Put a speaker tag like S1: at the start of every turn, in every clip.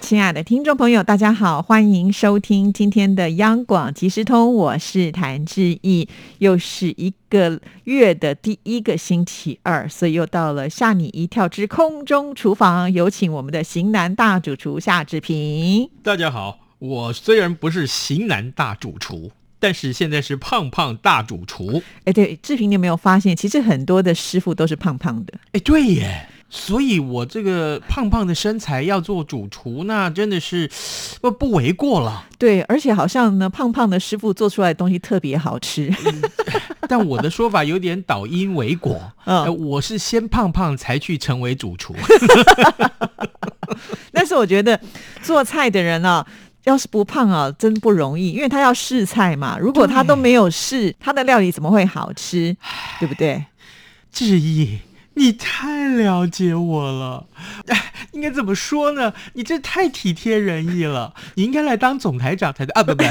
S1: 亲爱的听众朋友，大家好，欢迎收听今天的央广即时通，我是谭志毅，又是一个月的第一个星期二，所以又到了吓你一跳之空中厨房，有请我们的型男大主厨夏志平。
S2: 大家好，我虽然不是型男大主厨，但是现在是胖胖大主厨。
S1: 哎，对，志平，你有没有发现，其实很多的师傅都是胖胖的？
S2: 哎，对耶，所以我这个胖胖的身材要做主厨，那真的是
S3: 呃
S2: 不不为过了。
S1: 对，而且好像呢，胖胖的师傅做出来的东西特别好吃。
S2: 但我的说法有点倒因为 果，
S1: 嗯
S2: 呃我是先胖胖才去成为主 厨。
S1: 但是我觉得做菜的人啊，要是不胖啊，真不容易，因为他要试菜嘛。如果他都没有试，他的料理怎么会好吃？对不对？
S2: 志毅，你太了解我了。哎，应该怎么说呢？你这太体贴人意了。你应该来当总台长才对啊！ 不不，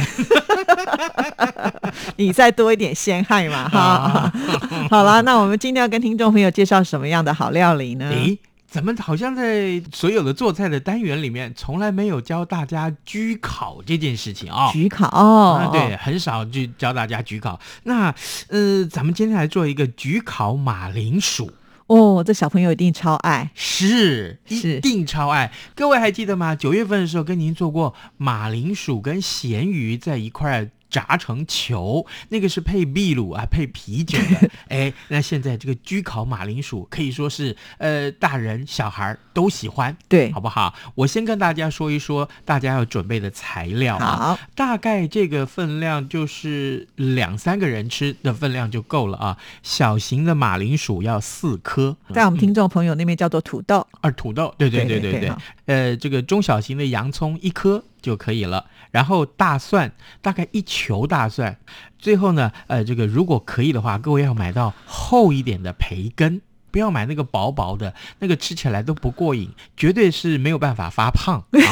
S1: 你再多一点陷害嘛，
S2: 啊
S1: 哈。 好了，那我们今天要跟听众朋友介绍什么样的好料理呢？
S2: 诶，咱们好像在所有的做菜的单元里面，从来没有教大家焗烤这件事情啊、
S1: 焗烤哦
S2: 啊，，对，很少去教大家焗烤。那，呃，咱们今天来做一个焗烤马铃薯，
S1: 哦，这小朋友一定超爱。
S2: 是，
S1: 是
S2: 一定超爱。各位还记得吗？九月份的时候跟您做过马铃薯跟咸鱼在一块儿炸成球，那个是配秘鲁啊，配啤酒 的。哎，那现在这个焗烤马铃薯可以说是，呃，大人小孩儿都喜欢。
S1: 对
S2: 好，不好？我先跟大家说一说大家要准备的材料啊，
S1: 好，
S2: 大概这个分量就是两三个人吃的分量就够了啊。小型的马铃薯要四颗，
S1: 在我们听众朋友那边叫做土豆，
S2: 二土豆，对对
S1: 对对
S2: 对
S1: 对
S2: 对对
S1: 好，
S2: 呃，这个中小型的洋葱一颗就可以了，然后大蒜大概一球大蒜，最后呢，呃，这个如果可以的话，各位要买到厚一点的培根。不要买那个薄薄的，那个吃起来都不过瘾，绝对是没有办法发胖啊！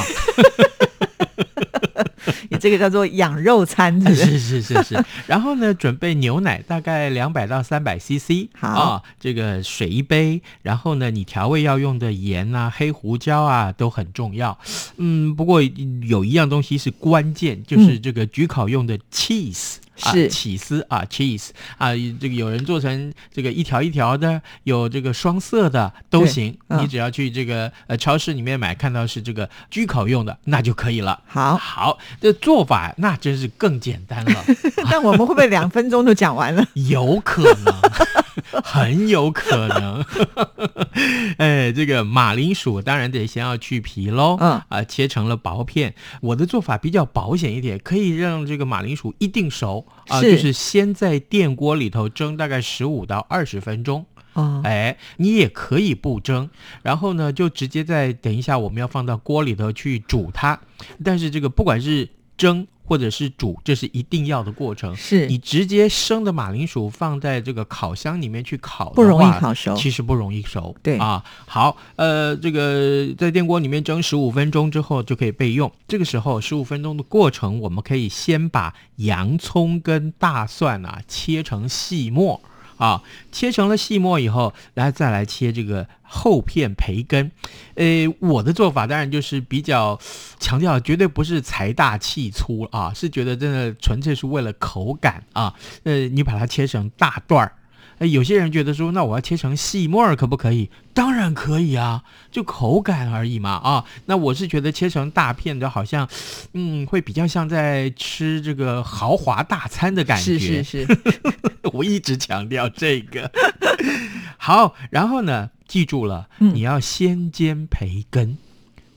S1: 你这个叫做养肉餐，是不是？
S2: 嗯 是是 是是。然后呢，准备牛奶大概两百到三百 CC，
S1: 好
S2: 啊，这个水一杯。然后呢，你调味要用的盐啊、黑胡椒啊都很重要。嗯，不过有一样东西是关键，就是这个焗烤用的 cheese、
S1: 嗯
S2: 啊
S1: 是
S2: 起司啊，cheese 啊，这个有人做成这个一条一条的，有这个双色的都
S1: 对
S2: 行。
S1: 嗯
S2: 你只要去这个呃超市里面买，看到是这个焗烤用的，那就可以了。
S1: 好，
S2: 好，这做法那真是更简单了，
S1: 但我们会不会两分钟就讲完了？
S2: 有可能， 很有可能。 哎，这个马铃薯当然得先要去皮喽，
S1: 嗯
S2: 啊、切成了薄片。我的做法比较保险一点，可以让这个马铃薯一定熟啊、
S1: 是
S2: 就是先在电锅里头蒸大概十五到二十分钟。
S1: 哦，
S2: 哎，你也可以不蒸，然后呢，就直接在等一下我们要放到锅里头去煮它。但是这个不管是蒸或者是煮，这是一定要的过程。
S1: 哦是
S2: 你直接生的马铃薯放在这个烤箱里面去烤，
S1: 不容易烤熟
S2: 其实不容易熟。
S1: 对
S2: 啊，好，呃，这个在电锅里面蒸十五分钟之后就可以备用。这个时候十五分钟的过程，我们可以先把洋葱跟大蒜啊切成细末。啊，切成了细末以后，然后再来切这个厚片培根。呃，我的做法当然就是比较强调，绝对不是财大气粗啊，是觉得真的纯粹是为了口感啊。呃，你把它切成大段儿。呃有些人觉得说，那我要切成细末儿可不可以？当然可以啊，就口感而已嘛啊。那我是觉得切成大片的，好像，嗯，会比较像在吃这个豪华大餐的感觉。
S1: 是是是，
S2: 我一直强调这个。好，然后呢，记住了，
S1: 嗯
S2: 你要先煎培根。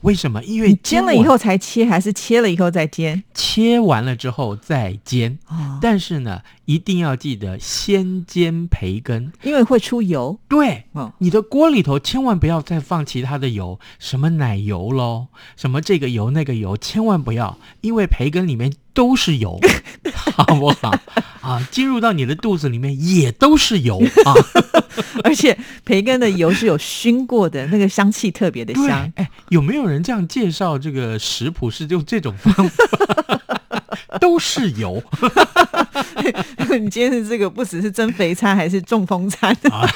S2: 为什么？因为
S1: 你煎了以后才切，还是切了以后再煎？
S2: 切完了之后再煎，
S1: 哦，
S2: 但是呢，一定要记得先煎培根。
S1: 因为会出油。
S2: 对，
S1: 哦，
S2: 你的锅里头千万不要再放其他的油，什么奶油喽，什么这个油那个油，千万不要，因为培根里面都是油，好不好？啊，进入到你的肚子里面也都是油啊。
S1: 而且培根的油是有熏过的，那个香气特别的
S2: 对，
S1: 香。
S2: 哎，有没有人这样介绍这个食谱是用这种方法？ 都是油
S1: 你今天的这个不只是增肥餐，还是中风餐。
S2: 哦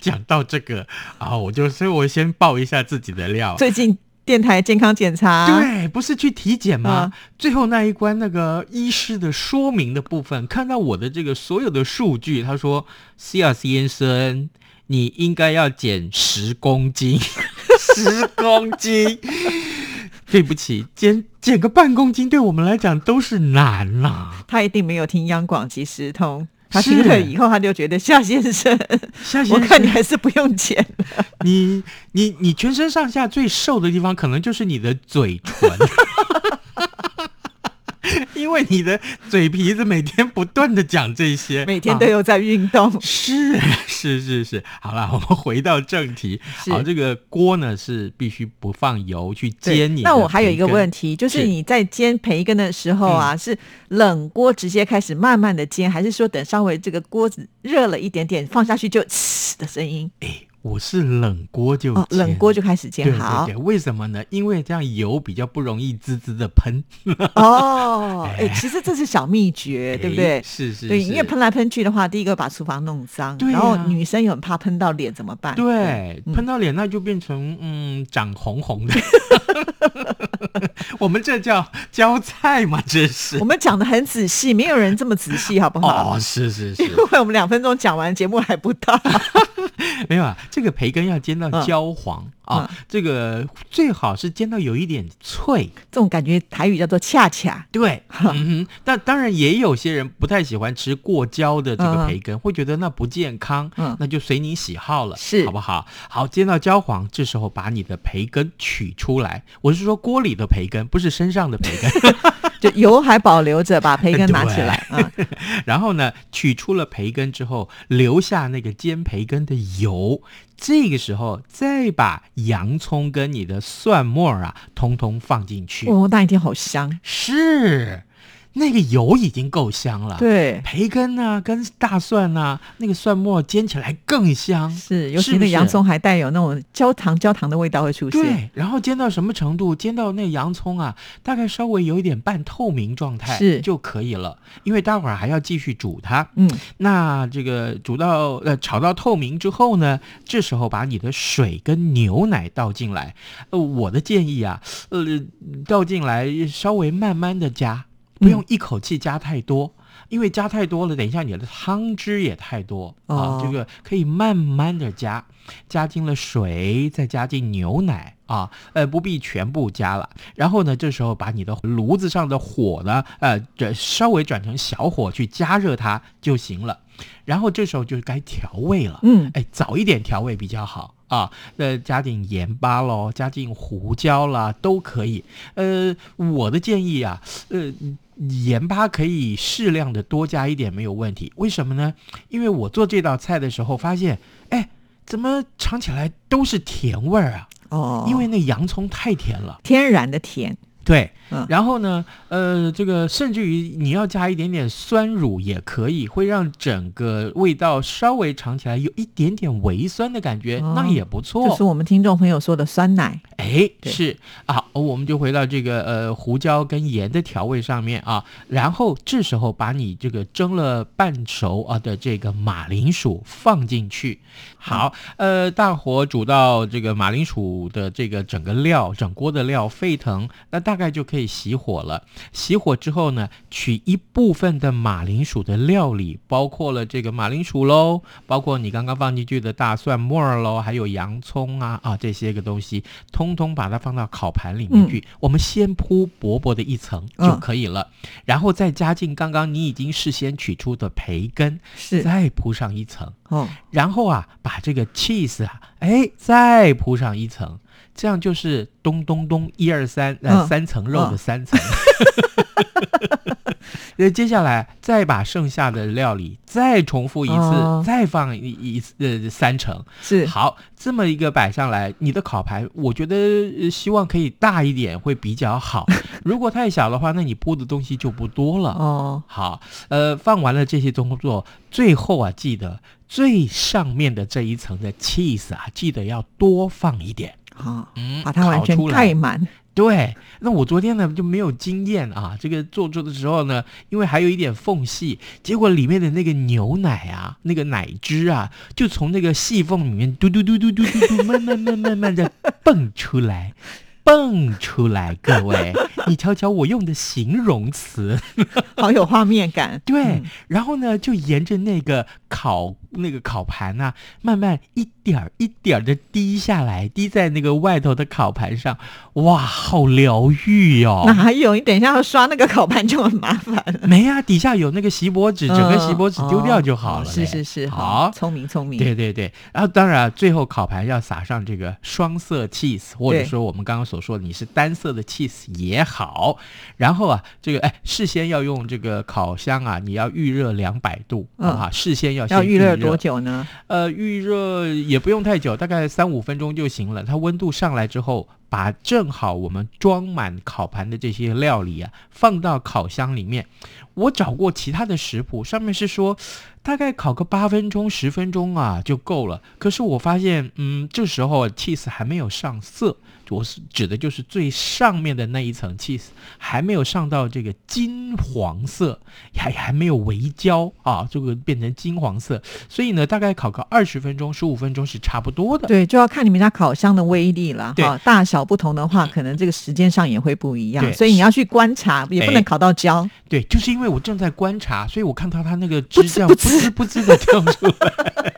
S2: 讲到这个啊，我就所以我先爆一下自己的料。
S1: 最近电台健康检查，
S2: 对，不是去体检吗？最后那一关那个医师的说明的部分，看到我的这个所有的数据，他说：“西尔先生，你应该要减十公斤， 十公斤。” 对不起，减减个半公斤对我们来讲都是难啦、
S1: 他一定没有听央广即时通。他
S2: 是
S1: 听了以后，他就觉得夏先生，
S2: 夏先
S1: 我
S2: 生，
S1: 看你还是不用钱。
S2: 你你你全身上下最瘦的地方，可能就是你的嘴唇， 因为你的嘴皮子每天不断的讲这些，
S1: 每天
S2: 啊
S1: 都有在运动，
S2: 是是是是，好啦，我们回到正题。
S1: 是
S2: 好，这个锅呢是必须不放油去
S1: 对
S2: 煎你。
S1: 那我还有一个问
S2: 题，
S1: 题，就是
S2: 是嗯
S1: 你在煎培根的时候啊，是冷锅直接开始慢慢的煎，还是说等稍微这个锅子热了一点点，放下去就呲的声音？
S2: 我是冷锅就
S1: 哦，
S2: 煎
S1: 冷锅就开始煎
S2: 对对
S1: 好
S2: 对，为什么呢？因为这样油比较不容易滋滋的喷，
S1: 哦。哎，其实这是小秘诀，对不
S2: 哎
S1: 对？
S2: 是是是，
S1: 对，因为喷来喷去的话，第一个把厨房弄脏，
S2: 对
S1: 然后
S2: 呀
S1: 女生又很怕喷到脸，怎么办？
S2: 对，
S1: 嗯
S2: 喷到脸那就变成嗯长红红的， 我们这叫浇菜嘛，这是
S1: 我。们讲的很仔细，没有人这么仔 细，好不好？
S2: 哦，是是
S1: 因
S2: 是，
S1: 为我们两分钟讲完，节目还不 到。
S2: 没有啊，这个培根要煎到
S1: 嗯
S2: 焦黄、啊，这个最好是煎到有一点脆。
S1: 这种感觉台语叫做恰恰。
S2: 对，嗯哼，但当然也有些人不太喜欢吃过焦的这
S1: 嗯
S2: 个培根，会觉得那不健康，
S1: 嗯
S2: 那就随你喜好了，
S1: 是
S2: 好不好？好，煎到焦黄，这时候把你的培根取出来，我是说锅里的培根，不是身上的培根。
S1: 就油还保留着，把培根拿起来 啊、嗯
S2: 然后呢，取出了培根之后，留下那个煎培根的油。这个时候，再把洋葱跟你的蒜末儿啊，通通放进去。
S1: 哦，那一定好香。
S2: 是，那个油已经够香了。，
S1: 对，
S2: 培根呢、跟大蒜呢、那个蒜末煎起来更香。
S1: 是，尤其
S2: 是
S1: 那
S2: 不
S1: 个
S2: 是
S1: 洋葱还带有那种焦糖焦糖的味道会出现。
S2: 对，然后煎到什么程度？煎到那洋葱啊，大概稍微有一点半透明状态
S1: 是
S2: 就可以了，因为待会儿还要继续煮它。
S1: 嗯，
S2: 那这个煮到呃炒到透明之后呢，这时候把你的水跟牛奶倒进来。呃，我的建议啊，呃，倒进来稍微慢慢的加，不用一口气加太多。因为加太多了，等一下你的汤汁也太多、
S1: 哦
S2: 啊，这个可以慢慢的加，加进了水，再加进牛奶啊，呃，不必全部加了。然后呢，这时候把你的炉子上的火呢，呃，这稍微转成小火去加热它就行了。然后这时候就该调味了，
S1: 嗯
S2: 哎，早一点调味比较好啊。那加点盐巴喽，加进胡椒啦，都可以。呃，我的建议啊，呃，盐巴可以适量的多加一点，没有问题。为什么呢？因为我做这道菜的时候发现，哎，怎么尝起来都是甜味儿啊？
S1: 哦，
S2: 因为那洋葱太甜了。
S1: 天然的甜。
S2: 对，
S1: 嗯
S2: 然后呢，呃，这个甚至于你要加一点点酸乳也可以，会让整个味道稍微尝起来有一点点微酸的感觉，
S1: 哦
S2: 那也不错。
S1: 就是我们听众朋友说的酸奶，
S2: 哎，
S1: 对
S2: 是啊，我们就回到这个呃胡椒跟盐的调味上面啊，然后这时候把你这个蒸了半熟啊的这个马铃薯放进去，好，呃，大火煮到这个马铃薯的这个整个料整锅的料沸腾，那大概就可以熄火了。熄火之后呢，取一部分的马铃薯的料理，包括了这个马铃薯喽，包括你刚刚放进去的大蒜末儿喽，还有洋葱啊啊这些个东西，通通把它放到烤盘里面去。我们先铺薄薄的一层就
S1: 嗯
S2: 可以了，然后再加进刚刚你已经事先取出的培根，
S1: 是
S2: 再铺上一层。
S1: 哦，
S2: 然后啊，把这个 cheese 啊，哎，再铺上一层，这样就是咚咚咚，一二三，呃，
S1: 嗯
S2: 三层肉
S1: 嗯
S2: 的三层。 那接下来再把剩下的料理再重复一次，
S1: 哦
S2: 再放一一次呃三成。
S1: 是
S2: 好，这么一个摆上来，你的烤盘，我觉得呃希望可以大一点会比较好。如果太小的话，那你铺的东西就不多了。
S1: 哦，
S2: 好，呃，放完了这些动作，最后啊，记得最上面的这一层的 cheese 啊，记得要多放一点。
S1: 好，
S2: 嗯
S1: 把它完全
S2: 烤出来
S1: 盖满，
S2: 对，那我昨天呢就没有经验啊，这个做出的时候呢，因为还有一点缝隙，结果里面的那个牛奶啊，那个奶汁啊，就从那个细缝里面嘟嘟嘟嘟嘟嘟嘟，慢慢慢慢慢的蹦出来，蹦出来，各位，你瞧瞧我用的形容词。
S1: 好有画面 感。
S2: 对，
S1: 嗯
S2: 然后呢，就沿着那个烤那个烤盘呐、慢慢一点儿一点儿的滴下来，滴在那个外头的烤盘上，哇，好疗愈哦！
S1: 哪有？你等一下要刷那个烤盘就很麻烦了。
S2: 没啊，底下有那个锡箔纸，整个
S1: 嗯
S2: 锡箔纸丢掉就好了
S1: 哦
S2: 嘞、
S1: 是是是，
S2: 好。
S1: 聪明聪明。
S2: 对对对，然后当然啊，最后烤盘要撒上这个双色 cheese，或者
S1: 对
S2: 说我们刚刚所说的你是单色的 cheese 也好。然后啊，这个哎，事先要用这个烤箱啊，你要预热两百度、
S1: 嗯
S2: 啊，事先要先
S1: 要预
S2: 预
S1: 热多久呢？
S2: 呃，预热也不用太久，大概三五分钟就行了。它温度上来之后，把正好我们装满烤盘的这些料理啊，放到烤箱里面。我找过其他的食谱，上面是说大概烤个八分钟、十分钟啊就够了。可是我发现，嗯，这时候 cheese 还没有上色，我是指的就是最上面的那一层 cheese 还没有上到这个金黄色，还还没有微焦啊，这个变成金黄色。所以呢，大概烤个二十分钟、十五分钟是差不多的。
S1: 对，就要看你们家烤箱的威力了
S2: 对嗯
S1: 哈，大小不同的话，可能这个时间上也会不一样，
S2: 对哎
S1: 所以你要去观察，也不能烤到焦。
S2: 对，就是因为我正在观察，所以我看到它那个
S1: 不
S2: 汁
S1: 滋
S2: 这样
S1: 不
S2: 不
S1: 滋
S2: 滋不滋的跳 出来。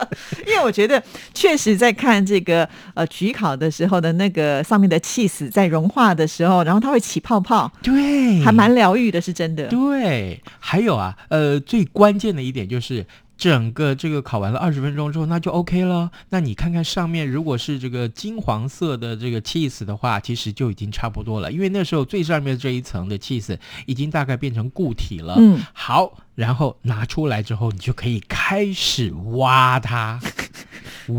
S1: 因为我觉得确实在看这个呃焗烤的时候的那个上面的气死在融化的时候，然后它会起泡泡，
S2: 对，
S1: 还蛮疗愈的，是真的。
S2: 嗯对。还有啊，呃，最关键的一点就是。整个这个烤完了二十分钟之后，那就 OK 了。那你看看上面，如果是这个金黄色的这个 cheese 的话，其实就已经差不多了，因为那时候最上面这一层的 cheese 已经大概变成固体了。
S1: 嗯，
S2: 好，然后拿出来之后，你就可以开始挖它。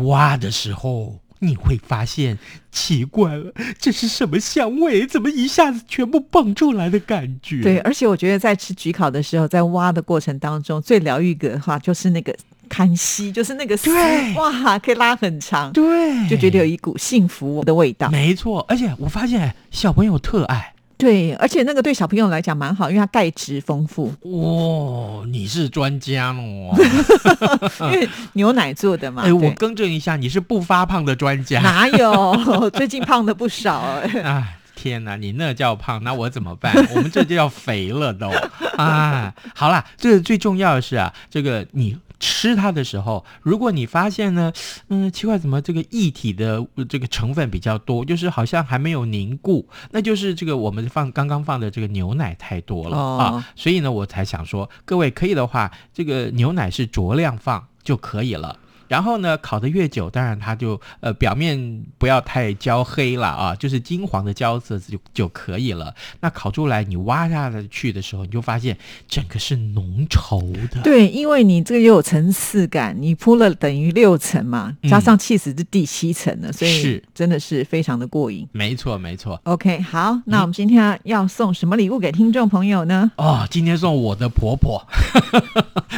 S2: 挖的时候，你会发现奇怪了，这是什么香味？怎么一下子全部蹦出来的感觉？
S1: 对，，而且我觉得在吃焗烤的时候，在挖的过程当中，最疗愈的话就是那个砍息，就是那个丝
S2: 对
S1: 哇，可以拉很长，
S2: 对，
S1: 就觉得有一股幸福的味道。
S2: 没错。而且我发现小朋友特爱。
S1: 对，而且那个对小朋友来讲蛮好，因为它钙质丰 富，
S2: 哦，你是专家 哦！
S1: 因为牛奶做的嘛。
S2: 哎，我
S1: 对
S2: 更正一下，你是不发胖的专家。
S1: 哪有？最近胖的不少、 哎
S2: 哎，天哪，你那叫胖，那我怎么办？我们这就要肥了都啊！好啦，这最重要的是啊，这个你。吃它的时候，如果你发现呢，嗯，奇怪，怎么这个液体的呃这个成分比较多，就是好像还没有凝固，那就是这个我们放刚刚放的这个牛奶太多了、
S1: 哦
S2: 啊，所以呢，我才想说，各位可以的话，这个牛奶是酌量放就可以了。然后呢，烤得越久，当然它就呃表面不要太焦黑了啊，就是金黄的焦色就就可以了。那烤出来你挖下来去的时候，你就发现整个是浓稠的。
S1: 对，因为你这个又有层次感，你铺了等于六层嘛，
S2: 嗯
S1: 加上气死是第七层了，所以
S2: 是
S1: 真的是非常的过瘾。
S2: 没错，没错。
S1: OK，好，
S2: 嗯
S1: 那我们今天要送什么礼物给听众朋友呢？
S2: 哦，今天送我的婆婆，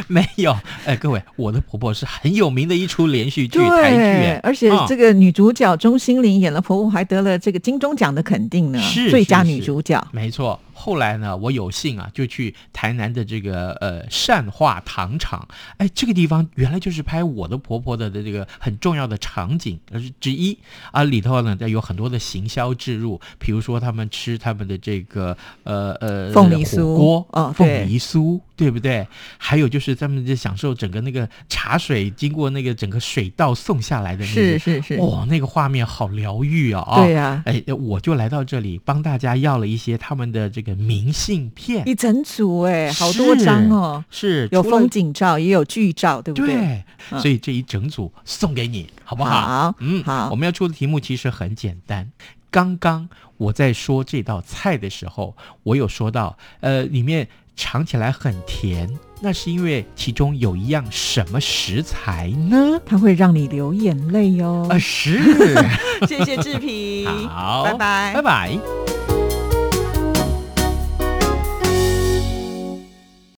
S2: 没有，哎，各位，我的婆婆是很有名的一出连续剧台剧，哎
S1: 而且
S2: 嗯
S1: 这个女主角钟欣凌演了婆婆，还得了这个金钟奖的肯定呢，
S2: 是
S1: 最佳
S2: 是
S1: 女
S2: 是
S1: 主角。
S2: 没错，后来呢，我有幸啊，就去台南的这个呃善化糖厂，哎，这个地方原来就是拍我的婆婆的的这个很重要的场景呃之一啊，里头呢有很多的行销置入，比如说他们吃他们的这个呃呃
S1: 凤梨酥
S2: 火锅，
S1: 哦
S2: 凤
S1: 对
S2: 梨酥，对不对？还有就是他们就享受整个那个茶水经过那个整个水道送下来的那
S1: 是
S2: 个，
S1: 是是，
S2: 哇、那个画面好疗愈啊、啊！
S1: 对 呀、
S2: 哎，我就来到这里帮大家要了一些他们的这个明信 片，
S1: 一整组哎、好多张哦，
S2: 是
S1: 有
S2: 除了
S1: 风景照，也有剧照，对不对？
S2: 对，
S1: 嗯
S2: 所以这一整组送给你，好不
S1: 好
S2: 嗯，
S1: 好
S2: 我们要出的题目其实很简单。刚刚我在说这道菜的时候，我有说到，呃，里面尝起来很甜，那是因为其中有一样什么食材呢？
S1: 它会让你流眼泪哦
S2: 啊，。是，
S1: 谢谢志平，
S2: 好，
S1: 拜拜
S2: 拜拜。